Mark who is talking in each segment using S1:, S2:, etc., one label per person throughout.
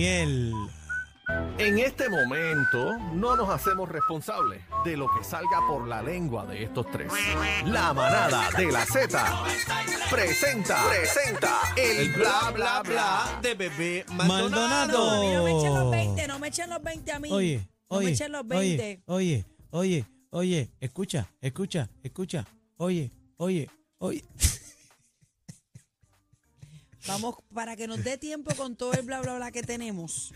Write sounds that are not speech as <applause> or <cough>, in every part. S1: Daniel.
S2: En este momento no nos hacemos responsables de lo que salga por la lengua de estos tres. La manada de la Z presenta, presenta el bla bla bla.
S3: de bebé
S1: Maldonado.
S4: No me echen los 20, no me echen los 20 a mí.
S1: Oye,
S4: no me
S1: oye,
S4: echen los 20.
S1: oye, oye, oye, oye, escucha, escucha, escucha, oye, oye, oye.
S4: Vamos, para que nos dé tiempo con todo el bla, bla, bla que tenemos.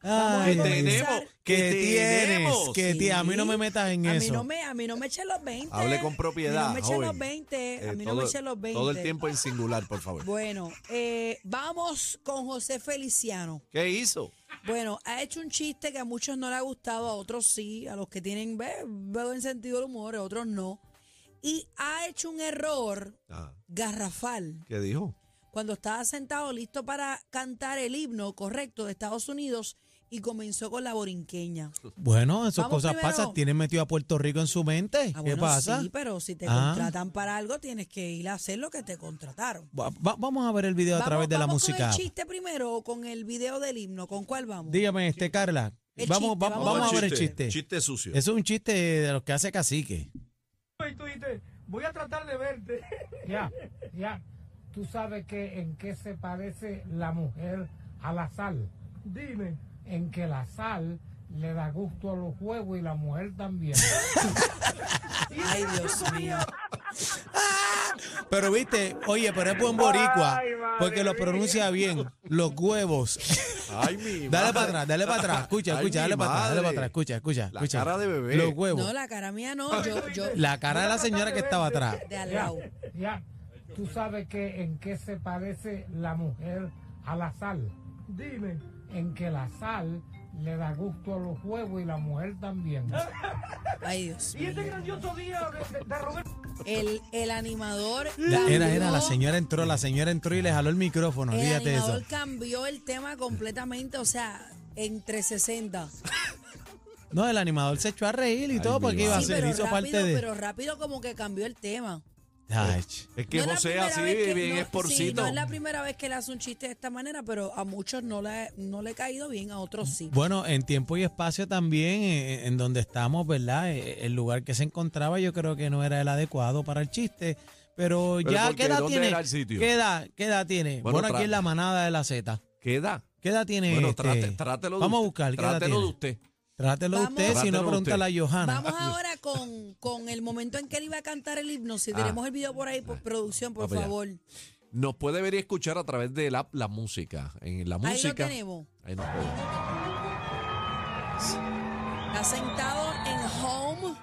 S1: Ay,
S3: ¿Qué
S4: Vamos a
S1: Dios.
S3: tenemos?
S4: comenzar.
S1: ¿Qué
S3: ¿Qué
S1: tienes?
S3: tenemos?
S1: ¿Qué
S4: Sí.
S1: ti- A mí no me metas en
S4: a
S1: eso.
S4: Mí no me, a mí no me echen los 20.
S3: Hable con propiedad,
S4: A mí no me echen
S3: joven.
S4: los 20. A
S3: Eh,
S4: mí no
S3: todo-
S4: me echen los 20.
S3: Todo el tiempo en singular, por favor.
S4: Bueno, eh, vamos con José Feliciano.
S3: ¿Qué hizo?
S4: Bueno, ha hecho un chiste que a muchos no le ha gustado, a otros sí, a los que tienen ve- buen sentido del humor, a otros no. Y ha hecho un error garrafal.
S3: ¿Qué dijo?
S4: cuando estaba sentado listo para cantar el himno correcto de Estados Unidos y comenzó con la borinqueña.
S1: Bueno, esas
S4: Vamos
S1: cosas
S4: primero.
S1: pasan. Tienen metido a Puerto Rico en su mente. ¿Qué
S4: Ah, bueno,
S1: pasa?
S4: Sí, pero si te
S1: Ah.
S4: contratan para algo, tienes que ir a hacer lo que te contrataron.
S1: Va- va- vamos a ver el video a
S4: Vamos-
S1: través de la
S4: vamos
S1: música.
S4: ¿Con el chiste primero o con el video del himno? ¿Con cuál vamos?
S1: Dígame, este, Carla.
S4: El
S1: vamos
S4: chiste,
S1: va-
S4: vamos
S1: vamos a
S4: con
S1: ver
S4: el
S1: el chiste.
S3: Chiste sucio.
S1: Eso es un chiste de los que hace cacique.
S5: Y tú dices, voy a tratar de verte.
S6: <laughs> Ya, ya. Tú sabes que en qué se parece la mujer a la sal.
S5: Dime.
S6: En que la sal le da gusto a los juegos y la mujer también.
S4: Ay,
S1: <laughs>
S4: Dios mío.
S1: Pero viste, oye, pero es buen boricua.
S5: Ay, madre
S1: porque lo
S5: mía.
S1: pronuncia bien. Los huevos.
S3: Ay, mi
S1: dale
S3: madre.
S1: para atrás, dale para atrás. Escucha,
S3: <laughs> Ay,
S1: escucha,
S3: mi
S1: dale para atrás, dale
S3: madre.
S1: para atrás. Escucha, escucha.
S3: La
S1: escucha.
S3: cara de bebé.
S1: Los huevos.
S4: No, la cara mía no. Yo, yo,
S1: La cara de la señora que estaba
S4: <laughs>
S1: atrás.
S4: de al
S6: Ya,
S4: lado.
S6: ya. Tú sabes que en qué se parece la mujer a la sal.
S5: Dime.
S6: En que la sal le da gusto a los juegos y la mujer también.
S4: Ay, Dios
S5: Y este
S4: mío.
S5: grandioso día de, de- de Roberto.
S4: El, el animador.
S1: La- Era, era, la
S4: cambió-
S1: señora entró, la señora entró y le jaló el micrófono.
S4: El
S1: Olvídate de
S4: animador
S1: eso.
S4: cambió el tema completamente, o sea, entre 60.
S1: No, el animador se echó a reír y todo
S3: mi
S1: porque iba a
S4: Sí,
S1: hacer,
S4: pero
S1: hizo
S4: rápido,
S1: parte de.
S4: pero rápido como que cambió el tema.
S1: Ay, ch-
S3: Es que
S4: No es la
S3: José
S4: primera
S3: así,
S4: vez que-
S3: bien
S4: no, Sí,
S3: esporcito.
S4: no es la primera vez que le hace un chiste de esta manera, pero a muchos no le, no le ha caído bien, a otros sí.
S1: Bueno, en tiempo y espacio también, eh, en donde estamos, ¿verdad? Eh, El lugar que se encontraba yo creo que no era el adecuado para el chiste. Pero,
S3: Pero
S1: ya,
S3: ¿por
S1: ¿qué
S3: qué?
S1: edad
S3: ¿Dónde
S1: tiene?
S3: era el sitio?
S1: ¿Qué edad, qué edad tiene?
S3: Bueno,
S1: Bueno,
S3: tra-
S1: aquí en la manada de la Z.
S3: ¿Qué edad?
S1: ¿Qué edad tiene
S3: Bueno,
S1: este?
S3: trate- trátelo de
S1: Vamos a
S3: usted.
S1: buscar, ¿qué edad
S3: Trátelo de
S1: tiene?
S3: usted.
S1: Trátelo
S4: Vamos-
S1: usted, si
S3: Trátelo
S1: no,
S3: usted.
S1: pregúntale a Johanna.
S4: Vamos ahora con, con el momento en que él iba a cantar el himno. Si
S3: Ah.
S4: tenemos el video por ahí, por producción, por
S3: Vamos allá.
S4: favor.
S3: Nos puede ver y escuchar a través de la, la música. En la
S4: Ahí lo
S3: música.
S4: tenemos.
S3: Ahí nos puede.
S4: Está sentado en home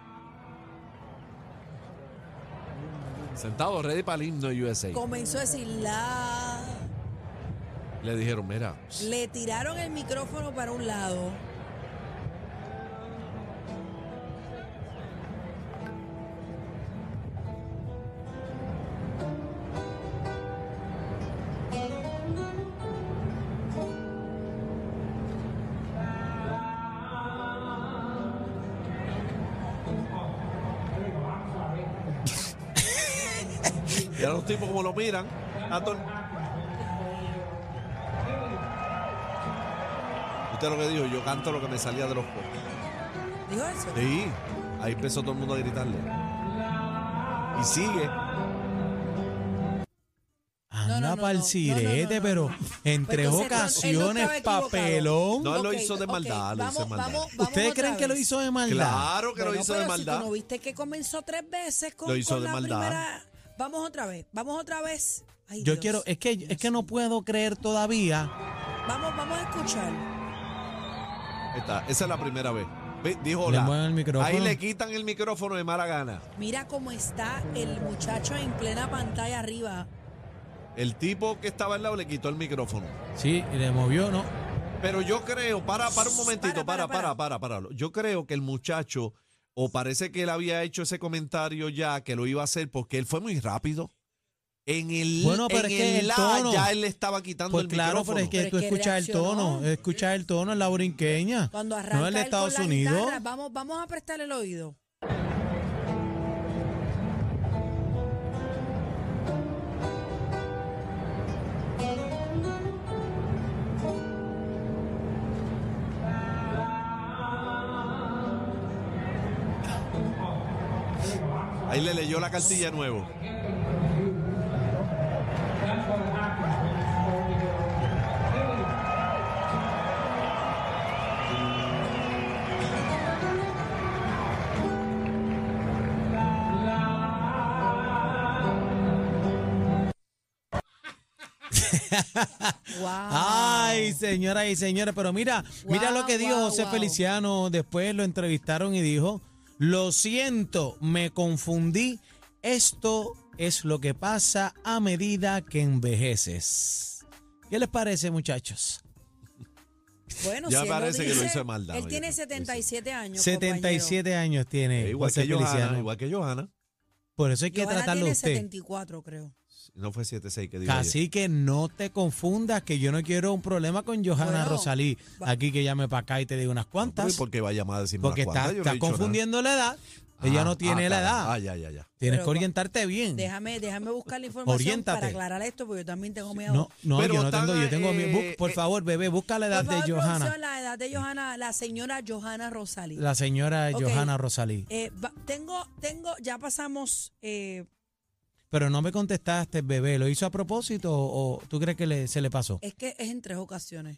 S3: Sentado, ready para el himno USA.
S4: comenzó a decir la.
S3: Le dijeron, mira,
S4: Le tiraron el micrófono para un lado.
S3: mira los tipos como lo miran. ator- Usted lo que dijo, yo canto lo que me salía de los cocos.
S4: ¿Dijo eso?
S3: Sí, ahí empezó todo el mundo a gritarle. Y sigue.
S1: Anda
S4: No, no, no,
S1: pa'l
S4: no. No, no,
S1: sirete,
S4: no, no,
S1: pero
S4: no.
S1: <laughs> entre
S4: Pues Entonces, no, él no
S1: ocasiones,
S4: estaba equivocado.
S1: papelón.
S3: No, él lo
S4: Ok,
S3: hizo de
S4: ok,
S3: maldad, lo hizo de
S4: vamos-
S3: maldad.
S4: vamos- vamos
S1: ¿Ustedes
S4: otra
S1: creen que lo
S4: vez.
S1: hizo de maldad?
S3: Claro que lo
S4: Bueno,
S3: hizo
S4: pero
S3: de
S4: Si tú
S3: maldad.
S4: no viste que comenzó tres veces con,
S3: Lo hizo
S4: con
S3: de
S4: la
S3: maldad.
S4: primera. Vamos otra vez, vamos otra vez. Ay,
S1: Yo
S4: Dios.
S1: quiero, es que, es que no puedo creer todavía
S4: Vamos, vamos a escuchar.
S3: Ahí Está, esa es la primera vez. Ve, Dijo
S1: Le
S3: hola.
S1: mueven el micrófono.
S3: Ahí le quitan el micrófono de mala gana.
S4: Mira cómo está el muchacho en plena pantalla arriba.
S3: El tipo que estaba al lado le quitó el micrófono.
S1: Sí, y le movió, ¿no?
S3: Pero yo creo, para, para un momentito, para,
S4: Para, para,
S3: para, para, para. Yo creo que el muchacho, o parece que él había hecho ese comentario ya, que lo iba a hacer, porque él fue muy rápido. En el,
S1: Bueno, pero
S3: en
S1: es que
S3: el
S1: el
S3: la
S1: tono-
S3: ya él le estaba quitando
S1: Pues
S3: el
S1: claro,
S3: micrófono.
S1: pero es que
S4: Pero es
S1: tú
S4: que
S1: escuchas el
S4: reaccionó.
S1: tono, escuchas el tono en la borinqueña.
S4: Cuando arranca
S1: no es de
S4: él con
S1: Estados
S4: la
S1: Unidos.
S4: guitarra, vamos, vamos a prestarle el oído.
S3: Ahí le leyó la cartilla de nuevo.
S4: Wow.
S1: Ay, señoras y señores, pero mira, mira
S4: Guau,
S1: lo que dijo
S4: guau,
S1: José
S4: guau.
S1: Feliciano. Después lo entrevistaron y dijo: Lo siento, me confundí. Esto es lo que pasa a medida que envejeces. ¿Qué les parece, muchachos?
S4: Bueno,
S3: Ya
S4: si él
S3: parece que lo
S4: dice,
S3: hizo de maldad, oye,
S4: Él
S3: pues,
S4: tiene
S3: lo hizo.
S4: 77 años.
S1: 77 años tiene
S3: Eh, igual,
S1: José
S3: que Johanna,
S1: Feliciano.
S3: igual que Johanna.
S1: Por eso hay
S4: compañero.
S1: que
S4: Giovanna
S1: tratarlo a
S4: tiene
S1: usted.
S4: 74, creo.
S3: No fue 7-6 que dijo. ayer.
S1: Así que no te confundas, que yo no quiero un problema con Johanna
S4: Bueno,
S1: Rosalí.
S4: va-
S1: Aquí que llame para acá y te digo unas
S3: Pero, ¿y
S1: cuantas.
S3: ¿Por qué va a llamar a decirme
S1: Porque
S3: unas cuantas?
S1: está,
S3: Yo no he
S1: está
S3: dicho nada.
S1: confundiendo la edad. Ella
S3: Ah,
S1: no tiene
S3: ah,
S1: la
S3: caramba.
S1: edad.
S3: Ah, ya, ya, ya.
S1: Tienes
S4: Pero
S1: que
S4: va-
S1: orientarte bien.
S4: Déjame, déjame buscar la información
S1: Oriéntate.
S4: para aclarar esto, porque yo también tengo miedo.
S1: No, no,
S3: Pero
S1: yo no
S3: están,
S1: tengo, yo tengo miedo.
S3: eh,
S1: Bu- Por
S3: eh,
S1: favor, bebé, busca la edad
S4: Por favor,
S1: de
S4: producción,
S1: Johanna.
S4: La edad de Johanna, la señora Johanna Rosalí.
S1: La señora
S4: Ok.
S1: Johanna Rosalí.
S4: Eh, va- tengo, tengo, ya pasamos. eh,
S1: Pero no me contestaste, bebé. ¿Lo hizo a propósito o, o tú crees que le- se le pasó?
S4: es que es en tres ocasiones.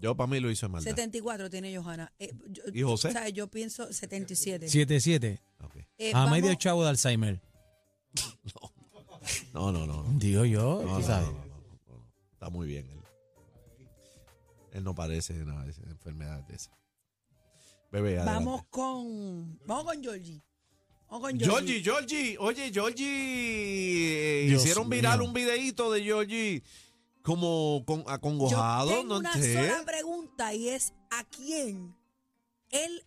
S3: Yo para mí lo hizo en maldad.
S4: 74 tiene Johanna. Eh, yo-
S3: ¿Y José?
S4: o sea, yo pienso 77.
S1: 7-7.
S3: Ok.
S4: Eh,
S1: A
S4: vamos-
S1: medio chavo de Alzheimer.
S3: No, no, no. no.
S1: Digo yo,
S3: No,
S1: tú
S3: no,
S1: sabes.
S3: no, no, no, no. Está muy bien él. Él no parece una enfermedad de esa. Bebé, adelante.
S4: Vamos con. Vamos con Georgie. Vamos con
S3: Georgie,
S4: Georgie.
S3: Georgie, oye, Georgie, eh,
S1: Dios
S3: hicieron viral
S1: mío.
S3: un videíto de Georgie como con, acongojado,
S4: yo tengo
S3: no
S4: una
S3: sé.
S4: sola pregunta y es: ¿a quién él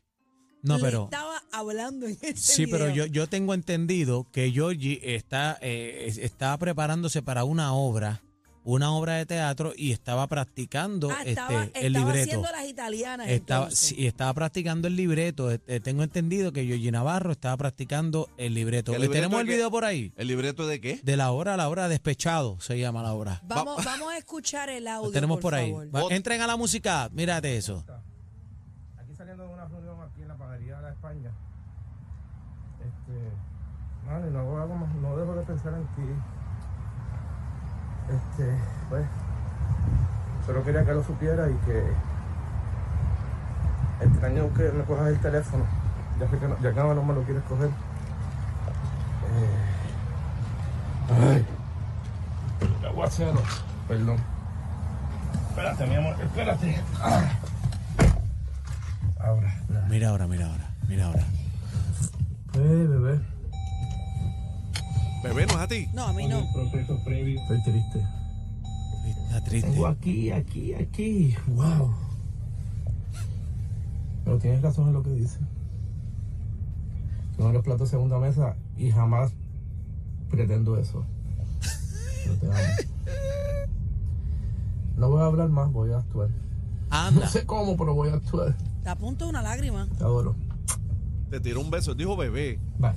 S1: No,
S4: le
S1: pero.
S4: estaba hablando en ese
S1: Sí, pero
S4: video?
S1: yo, yo tengo entendido que Georgie está, eh, es- estaba preparándose para una obra, una obra de teatro, y estaba practicando
S4: Ah, estaba,
S1: este, el
S4: estaba
S1: libreto.
S4: haciendo las italianas.
S1: Estaba,
S4: entonces.
S1: sí, estaba practicando el libreto. Eh, eh, tengo entendido que Georgie Navarro estaba practicando el libreto.
S3: ¿El
S1: Eh,
S3: libreto
S1: Tenemos
S3: de
S1: el
S3: qué?
S1: video por ahí.
S3: ¿El libreto de qué?
S1: De la obra a la obra despechado se llama la obra.
S4: Vamos, vamos a escuchar el audio.
S1: Lo tenemos por, ahí.
S4: favor.
S1: Va- Entren a la música. Mírate eso.
S6: Aquí saliendo de una reunión aquí en la panadería de la España. Este, vale, no, hago más- no dejo de pensar en ti. Este, pues, solo quería que lo supiera y que extraño que me cojas el teléfono, ya sé que no, ya que ahora no me lo quieres coger. Eh, ay, aguacero, perdón. Espérate, mi amor, espérate. Ahora.
S1: Mira ahora, mira ahora, mira ahora.
S6: Eh, bebé,
S3: Bebé, no es a ti.
S4: No, a mí no.
S6: estoy triste.
S1: Está triste.
S6: Tengo aquí, aquí, aquí. Wow. Pero tienes razón en lo que dice. No los platos de segunda mesa y jamás pretendo eso. Pero te amo. No voy a hablar más, voy a actuar. No
S1: Anda.
S6: sé cómo, pero voy a actuar.
S4: Te apunto una lágrima.
S6: Te adoro.
S3: Te tiró un beso, dijo bebé.
S6: Bye.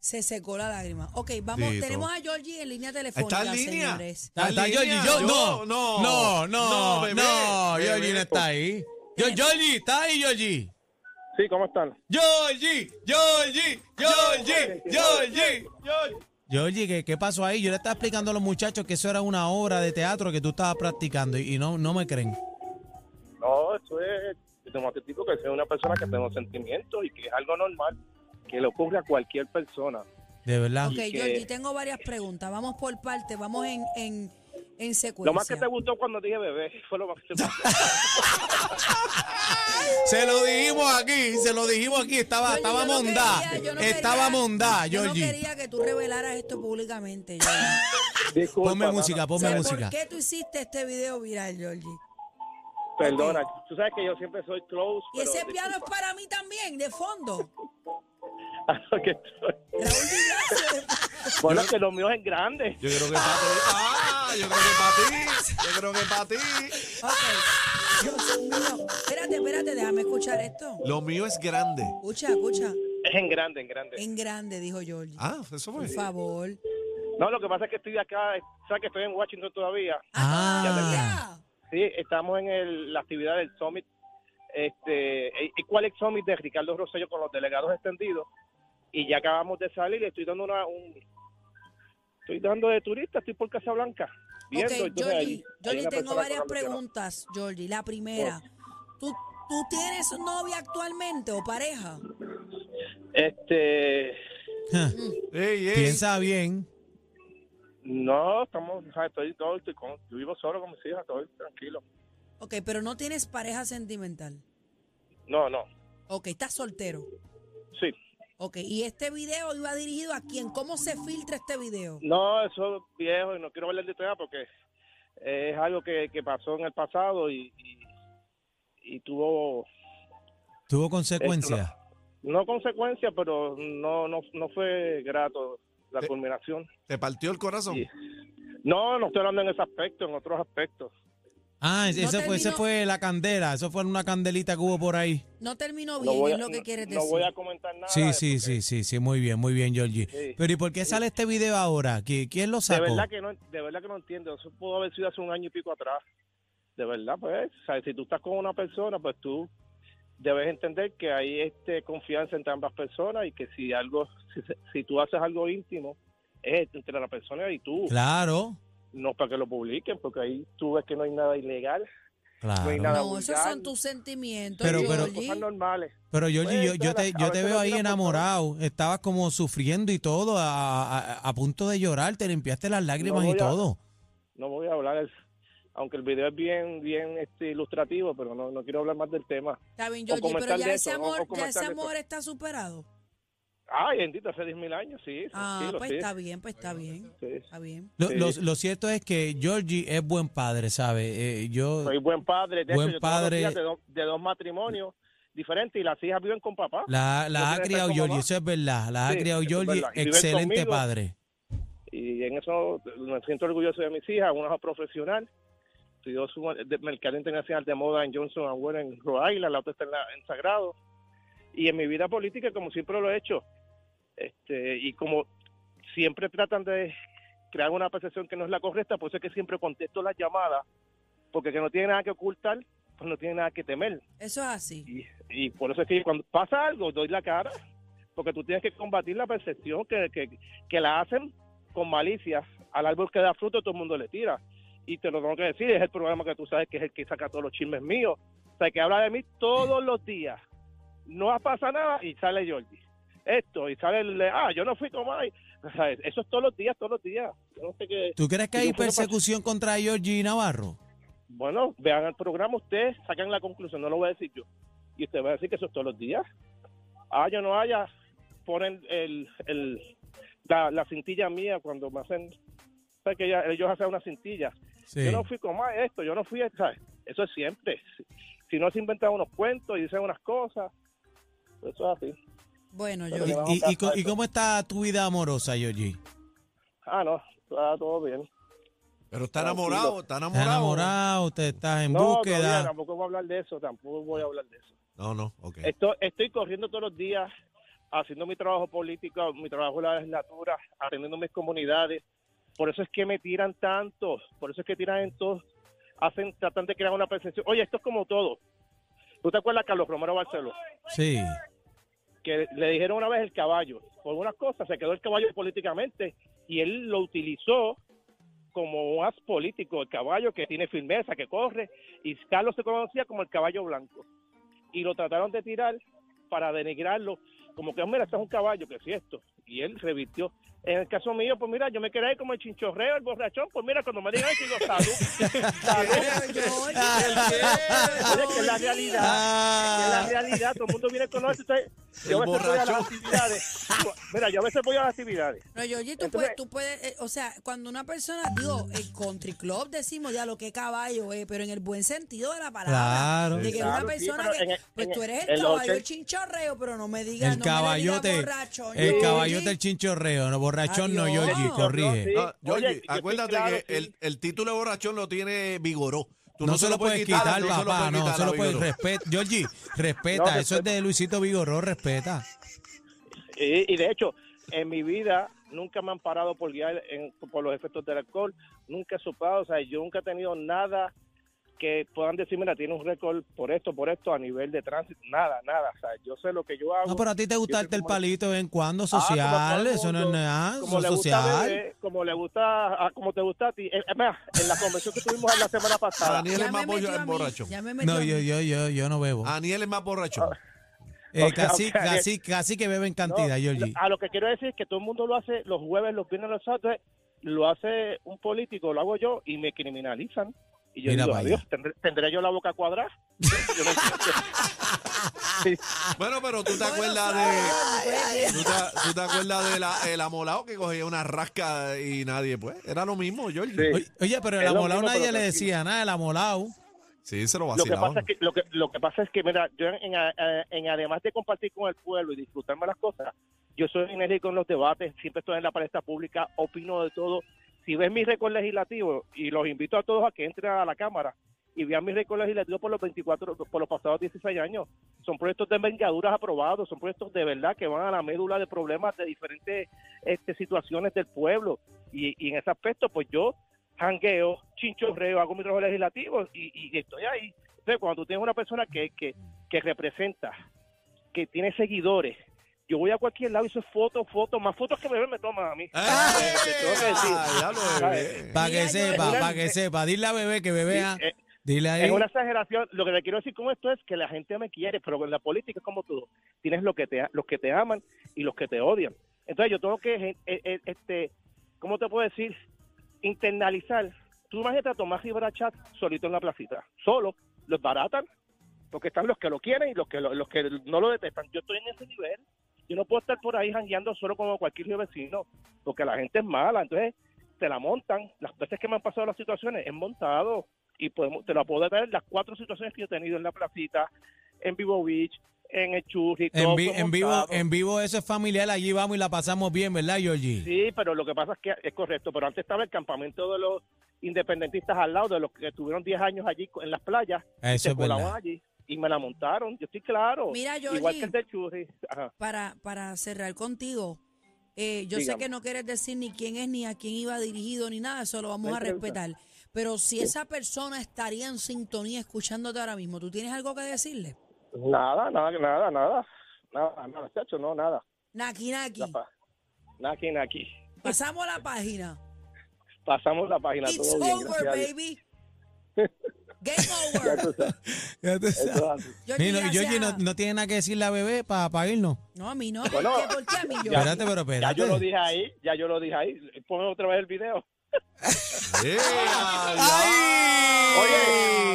S4: Se secó la lágrima. Ok, vamos.
S3: Tito.
S4: Tenemos a Georgie en línea telefónica,
S3: ¿Está en línea?
S4: señores.
S1: Está, está Georgie, yo, no, no, no, no,
S3: bebé, bebé.
S1: Georgie no está ahí. Yo, Georgie, está ahí, Georgie.
S7: Sí, ¿cómo están?
S1: Georgie, Georgie, Georgie, Georgie, Georgie. Georgie, ¿qué, qué pasó ahí? Yo le estaba explicando a los muchachos que eso era una obra de teatro que tú estabas practicando y, y no, no me creen.
S7: No, eso es automático que soy una persona que tengo sentimientos y que es algo normal que le ocurre a cualquier persona.
S1: De verdad.
S4: Ok,
S7: que-
S4: Georgie, tengo varias preguntas. Vamos por parte, vamos en, en, en secuencia.
S7: Lo más que te gustó cuando dije bebé <laughs> fue lo más que te gustó.
S1: Se lo dijimos aquí, se lo dijimos aquí. Estaba,
S4: Georgie,
S1: estaba
S4: yo no
S1: mondá.
S4: quería, yo no
S1: estaba
S4: quería-
S1: mondá,
S4: Yo no
S1: Georgie.
S4: quería que tú revelaras esto públicamente, Georgie.
S7: Disculpa,
S1: Ponme
S7: nana.
S1: música, <coughs>
S4: O
S1: ponme
S4: sea,
S1: música.
S4: ¿Por qué tú hiciste este video viral, Georgie?
S7: Perdona, tú sabes que yo siempre soy close.
S4: Y ese
S7: pero
S4: piano es
S7: disculpa.
S4: para mí también, de fondo.
S7: <laughs> Que estoy-
S4: Raúl Viglacio.
S7: bueno, que lo mío es grande.
S3: Yo creo que para ti. Ah, yo creo que para ti. Yo creo que para ti.
S4: Ok. Dios mío. Espérate, espérate, déjame escuchar esto.
S3: Lo mío es grande.
S4: Escucha, escucha.
S7: Es en grande, en grande.
S4: En grande, dijo Georgie.
S3: Ah, eso
S4: Por
S1: pues.
S3: fue.
S4: favor.
S7: No, lo que pasa es que estoy acá, sabes que estoy en Washington todavía.
S1: Ah,
S7: Sí, estamos en el- la actividad del Summit. Este, ¿y- ¿Cuál es el Summit de Ricardo Rosselló con los delegados extendidos? y ya acabamos de salir y estoy dando una un, estoy dando de turista estoy por Casablanca viendo
S4: ok,
S7: entonces
S4: Jordi,
S7: ahí- ahí
S4: Jordi,
S7: una
S4: tengo
S7: persona
S4: varias
S7: colombiana.
S4: preguntas, Jordi. La primera, ¿tú, ¿tú tienes novia actualmente o pareja?
S7: este
S3: Ey, ey.
S1: Piensa bien.
S7: no estamos o sea, estoy todo estoy con, yo vivo solo con mis hijas todo tranquilo
S4: Ok, pero no tienes pareja sentimental.
S7: no no
S4: Ok, estás soltero.
S7: sí
S4: Ok, y este video iba dirigido a quién? ¿Cómo se filtra este video?
S7: no eso es viejo y no quiero hablar de tema porque es algo que, que pasó en el pasado y, y- y tuvo
S1: Tuvo consecuencias.
S7: no consecuencias pero no no no fue grato la
S3: Eh,
S7: culminación
S3: Te partió el corazón.
S7: Sí. no no estoy hablando en ese aspecto en otros aspectos
S1: Ah, ese,
S4: No
S1: ese fue, ese
S4: terminó-
S1: fue la candela. Eso fue una candelita que hubo por ahí.
S4: No terminó
S7: no
S4: bien,
S7: voy a,
S4: es lo que
S7: no-
S4: quieres
S7: no
S4: decir.
S7: voy a comentar nada
S1: Sí, sí,
S7: porque
S1: sí, sí, sí. Muy bien, muy bien, Georgie.
S7: Sí.
S1: Pero ¿y por qué sale este video ahora? ¿Qui- ¿Quién lo
S7: de
S1: sacó?
S7: verdad que no de verdad que no entiendo eso pudo haber sido hace un año y pico atrás de verdad pues sabes si tú estás con una persona pues tú debes entender que hay este confianza entre ambas personas y que si algo si, si tú haces algo íntimo es entre la persona y tú
S1: Claro,
S7: no para que lo publiquen porque ahí tú ves que no hay nada ilegal no hay
S1: claro.
S7: nada
S4: No, esos
S7: vulgar,
S4: son tus sentimientos,
S1: Pero- pero-
S4: Georgie.
S7: cosas normales
S1: Pero Georgie, yo, yo te,
S7: Pues,
S1: yo
S7: a
S1: te
S7: veces
S1: veo
S7: lo
S1: ahí
S7: tiran por
S1: enamorado. Estabas como sufriendo y todo, a, a- a punto de llorar. Te limpiaste las lágrimas y
S7: voy a-
S1: todo.
S7: no voy a hablar aunque el video es bien bien este, ilustrativo pero no, no quiero hablar más del tema
S4: Está bien, Georgie, pero
S7: comentar
S4: ya
S7: de
S4: ese
S7: eso, o- o
S4: amor, ya
S7: comentar
S4: ese
S7: de eso.
S4: amor está superado.
S7: Ay, bendito, hace 10.000 años, sí.
S4: Ah,
S7: tranquilo,
S4: pues
S7: sí,
S4: está bien, pues está bien,
S7: sí.
S4: está bien.
S1: Lo,
S7: Sí.
S1: lo- lo cierto es que Georgie es buen padre, ¿sabes? yo,
S7: Soy buen padre. De
S1: Buen
S7: hecho, yo tengo dos
S1: padre.
S7: hijas de, dos- de dos matrimonios diferentes y las hijas viven con papá.
S1: la, la
S7: yo
S1: ha
S7: quiero estar
S1: criado
S7: con
S1: Georgie,
S7: mamá.
S1: eso es verdad. La ha
S7: Sí,
S1: criado
S7: eso es
S1: Georgie,
S7: verdad. Y viven
S1: excelente
S7: conmigo.
S1: padre.
S7: Y en eso me siento orgulloso de mis hijas. Una es profesional, estudió su de mercado internacional de moda en Johnson Wales en Rhode Island, la otra está en, la- en Sagrado. Y en mi vida política, como siempre lo he hecho, este y como siempre tratan de crear una percepción que no es la correcta, por eso es que siempre contesto las llamadas, porque que no tiene nada que ocultar, pues no tiene nada que temer.
S4: Eso es así.
S7: Y, y por eso es que cuando pasa algo, doy la cara, porque tú tienes que combatir la percepción que, que, que la hacen con malicia. Al árbol que da fruto, todo el mundo le tira. Y te lo tengo que decir, es el programa que tú sabes que es el que saca todos los chismes míos. O sea, que habla de mí todos los días. No pasa nada y sale Jordi. Esto, y sale el, de, ah, yo no fui con Mike. O sea, eso es todos los días, todos los días. Yo no sé qué.
S1: ¿Tú crees que
S7: Y
S1: hay
S7: yo fui una persona-
S1: persecución contra Georgie Navarro?
S7: Bueno, vean el programa ustedes, sacan la conclusión, no lo voy a decir yo. Y usted va a decir que eso es todos los días. Haya o no haya, ponen el, el- la, la cintilla mía cuando me hacen... ¿Sabes que ella- ellos hacen una cintilla?
S1: Sí.
S7: Yo no fui con más esto, yo no fui... ¿sabes? Eso es siempre. Si, si no se inventan unos cuentos y dicen unas cosas, pues eso es así.
S4: Bueno,
S7: Pero
S4: Georgie.
S7: le
S1: ¿Y, y- y co- y cómo está tu vida amorosa, Georgie?
S7: Ah, no, está todo bien.
S3: Pero está
S7: Tranquilo.
S3: enamorado, está
S1: ¿Estás
S3: enamorado.
S1: enamorado? ¿Te estás en
S7: no, todavía
S1: búsqueda?
S7: tampoco voy a hablar de eso, tampoco voy a hablar de eso.
S3: No, no, ok.
S7: Estoy, estoy corriendo todos los días, haciendo mi trabajo político, mi trabajo en la legislatura, atendiendo mis comunidades. Por eso es que me tiran tanto, por eso es que tiran en todo, hacen, tratan de crear una percepción. Oye, esto es como todo. ¿Tú te acuerdas de Carlos Romero Barceló?
S1: Sí.
S7: Que le dijeron una vez el caballo. Por unas cosas, se quedó el caballo políticamente y él lo utilizó como un as político, el caballo que tiene firmeza, que corre, y Carlos se conocía como el caballo blanco. Y lo trataron de tirar para denigrarlo, como que, mira, este es un caballo, que si esto. Y él revirtió. En el caso mío, pues mira, yo me quedé ahí como el chinchorreo, el borrachón, pues mira, cuando me digan eso, digo, salud, salud.
S4: Pero, Georgie,
S7: Oye, que <laughs> es la
S4: Georgie.
S7: realidad.
S1: Ah,
S7: que es la realidad, todo el mundo viene con nosotros. Yo a
S3: El
S7: veces voy a las
S3: borrachón.
S7: actividades. Mira, yo a veces voy a las actividades.
S4: Pero Georgie, tú
S7: Entonces-
S4: puedes, tú puedes, eh, o sea, cuando una persona, digo, el country club decimos ya lo que caballo es, pero en el buen sentido de la palabra.
S1: Claro.
S4: De que
S7: Claro,
S4: una
S7: sí,
S4: persona
S7: pero
S4: que,
S7: en el-
S4: pues
S7: en
S4: tú
S7: el-
S4: eres el
S7: en los
S4: caballo
S7: hotel-
S4: chinchorreo, pero no me digas,
S1: El
S4: no me
S1: caballote,
S4: le digas borracho.
S1: el
S4: Georgie.
S1: caballote, el chinchorreo, no borrachón, no,
S4: Adiós.
S1: Georgie,
S4: No,
S1: corrige.
S3: No,
S7: Sí, oye,
S3: Georgie,
S7: yo estoy
S3: acuérdate
S7: claro,
S3: que
S7: sí.
S3: el, el título de borrachón lo tiene Vigoró. Tú
S1: No, se lo puedes quitar,
S3: no se lo
S1: papá,
S3: puedes
S1: no,
S3: quitar
S1: se
S3: a
S1: lo puedes
S3: Vigoró.
S1: respeta. Georgie, respeta,
S7: No,
S1: eso es de Luisito Vigoró, respeta.
S7: Y, y de hecho, en mi vida nunca me han parado por guiar en- por los efectos del alcohol, nunca he soplado, o sea, yo nunca he tenido nada que puedan decir, mira, tiene un récord por esto, por esto, a nivel de tránsito, nada, nada. O sea, yo sé lo que yo hago.
S1: No, pero a ti te
S7: Yo
S1: gusta
S7: sé
S1: darte el
S7: cómo-
S1: palito de vez en cuando,
S7: Ah, como
S1: social,
S7: a todo el
S1: eso no es
S7: mundo,
S1: nada,
S7: como
S1: eso es
S7: le Gusta
S1: social.
S7: beber, como le gusta, ah, como te gusta a ti. Eh, Es más, en la convención que tuvimos la semana pasada,
S3: Daniel es
S4: me
S3: más
S4: metió
S3: bollo-
S4: a mí,
S3: borracho.
S4: Ya me metió
S1: no,
S4: a
S1: yo,
S4: mí.
S1: yo, yo, yo no bebo.
S3: Daniel es más borracho.
S1: Eh,
S7: Ah, ok,
S1: casi,
S7: ok.
S1: casi, casi que bebo en
S7: No,
S1: cantidad, Georgie.
S7: A lo que quiero decir es que todo el mundo lo hace los jueves, los viernes, los sábados. Lo hace un político, lo hago yo y me criminalizan. Y yo
S1: Mira
S7: digo,
S1: para
S7: adiós,
S1: allá.
S7: ¿tendré, tendré yo la boca cuadrada? <laughs> Yo no entiendo. Sí.
S1: Ah.
S3: Bueno, pero
S1: <laughs>
S3: tú te
S4: Bueno,
S3: acuerdas
S4: Fran,
S3: de.
S4: pues.
S3: ¿Tú te, tú te acuerdas de la, el amolado que cogía una rasca y nadie, pues? Era lo mismo, Georgie.
S7: Sí.
S1: Oye, Oye, pero el
S7: Es lo
S1: amolado
S7: mismo, pero
S1: nadie le
S7: tranquilo.
S1: decía nada, el amolado.
S3: Sí, se lo
S7: lo que pasa
S3: vacilaban.
S7: es que lo que, lo que pasa es que mira yo en, en a- a- en además de compartir con el pueblo y disfrutarme las cosas yo soy enérgico en los debates siempre estoy en la palestra pública opino de todo si ves mi récord legislativo y los invito a todos a que entren a la cámara y vean mi récord legislativo por los 24 por los pasados 16 años son proyectos de envergaduras aprobados son proyectos de verdad que van a la médula de problemas de diferentes este, situaciones del pueblo y, y en ese aspecto pues yo jangueo chinchorreo hago mi trabajo legislativo y- y estoy ahí entonces, cuando tú tienes una persona que, que, que representa, que tiene seguidores, yo voy a cualquier lado y soy fotos, fotos, más fotos que bebé me toman a mí. Eh,
S3: ¡Ay!
S7: Te tengo que decir,
S3: Ah, ya lo
S7: ¿sabes?
S3: bebé.
S1: Para Ah,
S4: Mira,
S1: que
S4: yo-
S1: sepa,
S7: Mira,
S1: para que
S7: eh,
S1: sepa. Dile a bebé que
S7: Sí,
S1: bebé, ah,
S7: eh,
S1: dile ahí.
S7: es una exageración. Lo que te quiero decir con esto es que la gente me quiere, pero en la política es como todo. Tienes lo que te, los que te aman y los que te odian. Entonces yo tengo que, eh, eh, este, ¿cómo te puedo decir? Internalizar. Tú imagínate a Tomás Rivera Chat solito en la placita. Solo. Los baratan. Porque están los que lo quieren y los que, lo- los que no lo detestan. Yo estoy en ese nivel. Yo no puedo estar por ahí jangueando solo como cualquier vecino. Porque la gente es mala. Entonces te la montan. Las veces que me han pasado las situaciones, es montado y podemos, te la puedo dar las cuatro situaciones que yo he tenido en la placita, en Vivo Beach, en el Churri,
S1: En,
S7: todo
S1: vi-
S7: fue
S1: en vivo,
S7: montado.
S1: en vivo eso es familiar, allí vamos y la pasamos bien, ¿verdad, Georgie?
S7: Sí, pero lo que pasa es que es correcto, pero antes estaba el campamento de los independentistas al lado, de los que tuvieron 10 años allí co- en las playas,
S1: Ah, Eso
S7: se
S1: es
S7: colaban
S1: verdad.
S7: allí y me la montaron, yo estoy claro,
S4: Mira,
S7: igual que
S4: Georgie,
S7: el de Churri. Ajá.
S4: para, para cerrar contigo, eh, yo sé
S7: Dígame.
S4: que no quieres decir ni quién es, ni a quién iba dirigido, ni nada, eso lo vamos
S7: No
S4: a
S7: hay pregunta.
S4: respetar. Pero si esa persona estaría en sintonía escuchándote ahora mismo, ¿tú tienes algo que decirle?
S7: Nada, nada, nada, nada, nada, nada, chacho, no, nada,
S4: Naki, naki.
S7: la paz. Naki, naki.
S4: Pasamos la página.
S7: Pasamos la página,
S4: It's
S7: todo bien,
S4: over,
S7: gracias a Dios. <laughs>
S4: baby. Game
S7: Ya
S4: over.
S7: tú sabes,
S1: <laughs> Ya tú
S7: eso
S1: sabes.
S7: es así.
S4: Georgie,
S1: Mira,
S4: gracias.
S1: Georgie no, no tiene nada que decirle a bebé para irnos.
S4: No, a mí no.
S7: Bueno,
S4: ¿Por qué? ¿Por qué a mí, Georgie?
S1: Espérate, pero
S7: Ya yo lo
S1: espérate.
S7: dije ahí, ya yo lo dije ahí. Ponme otra vez el video.
S3: ¡Eh,
S7: Oye,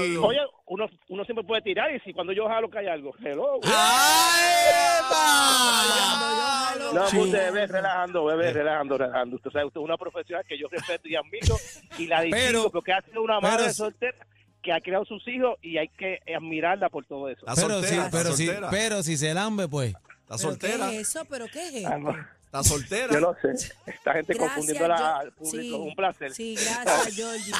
S3: diablo!
S7: oye uno, uno siempre puede tirar y si cuando yo jalo cae algo. Hello.
S1: Ah,
S4: Cuando yo jalo-
S7: No, pues,
S1: Sí. Eh.
S7: usted bebé, relajando, bebé, relajando, relajando. Usted sabe, usted es una profesional que yo respeto y admiro y la distingo
S1: Pero-
S7: porque ha sido una
S1: pero
S7: madre
S1: si-
S7: soltera que ha creado sus hijos y hay que admirarla por todo eso.
S3: Está
S1: Pero sí,
S3: soltera, está
S1: pero sí,
S3: soltera.
S1: pero si se lambe, pues.
S3: Está
S4: ¿Pero
S3: soltera.
S4: ¿Qué es eso? ¿Pero qué es esto?
S7: Ah, no,
S3: Está soltera.
S7: yo no sé. Esta gente
S4: Gracias,
S7: confundiéndola
S4: Geor-
S7: al público.
S4: Sí,
S7: Un placer.
S4: Sí, gracias, Georgie.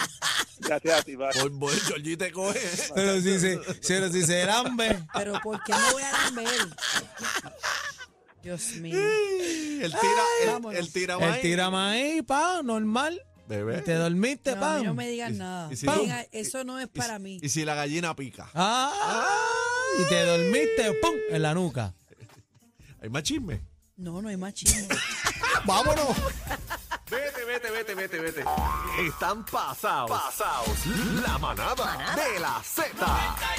S7: Gracias a ti, bye.
S3: Por, por, Georgie
S1: <laughs>
S3: te coge.
S1: Pero si se, pero si se lambe.
S4: Pero ¿por qué me voy a lamber? Dios mío.
S3: Este Él tira, él,
S4: vámonos.
S3: él tira
S1: El
S3: más.
S1: tira maíz, pa, normal.
S3: Bebé.
S1: Te dormiste,
S4: No, a
S1: pa.
S4: mí no me digan
S3: Y-
S4: nada.
S3: y si-
S4: Diga, eso no es
S3: Y-
S4: para mí.
S3: Y si la gallina pica.
S1: Ah, y te dormiste, pum, en la nuca.
S3: Hay más chisme.
S4: No, no hay machismo.
S3: Vámonos.
S2: Vete, vete, vete, vete, vete. Están pasados. Pasados. La manada de la Z.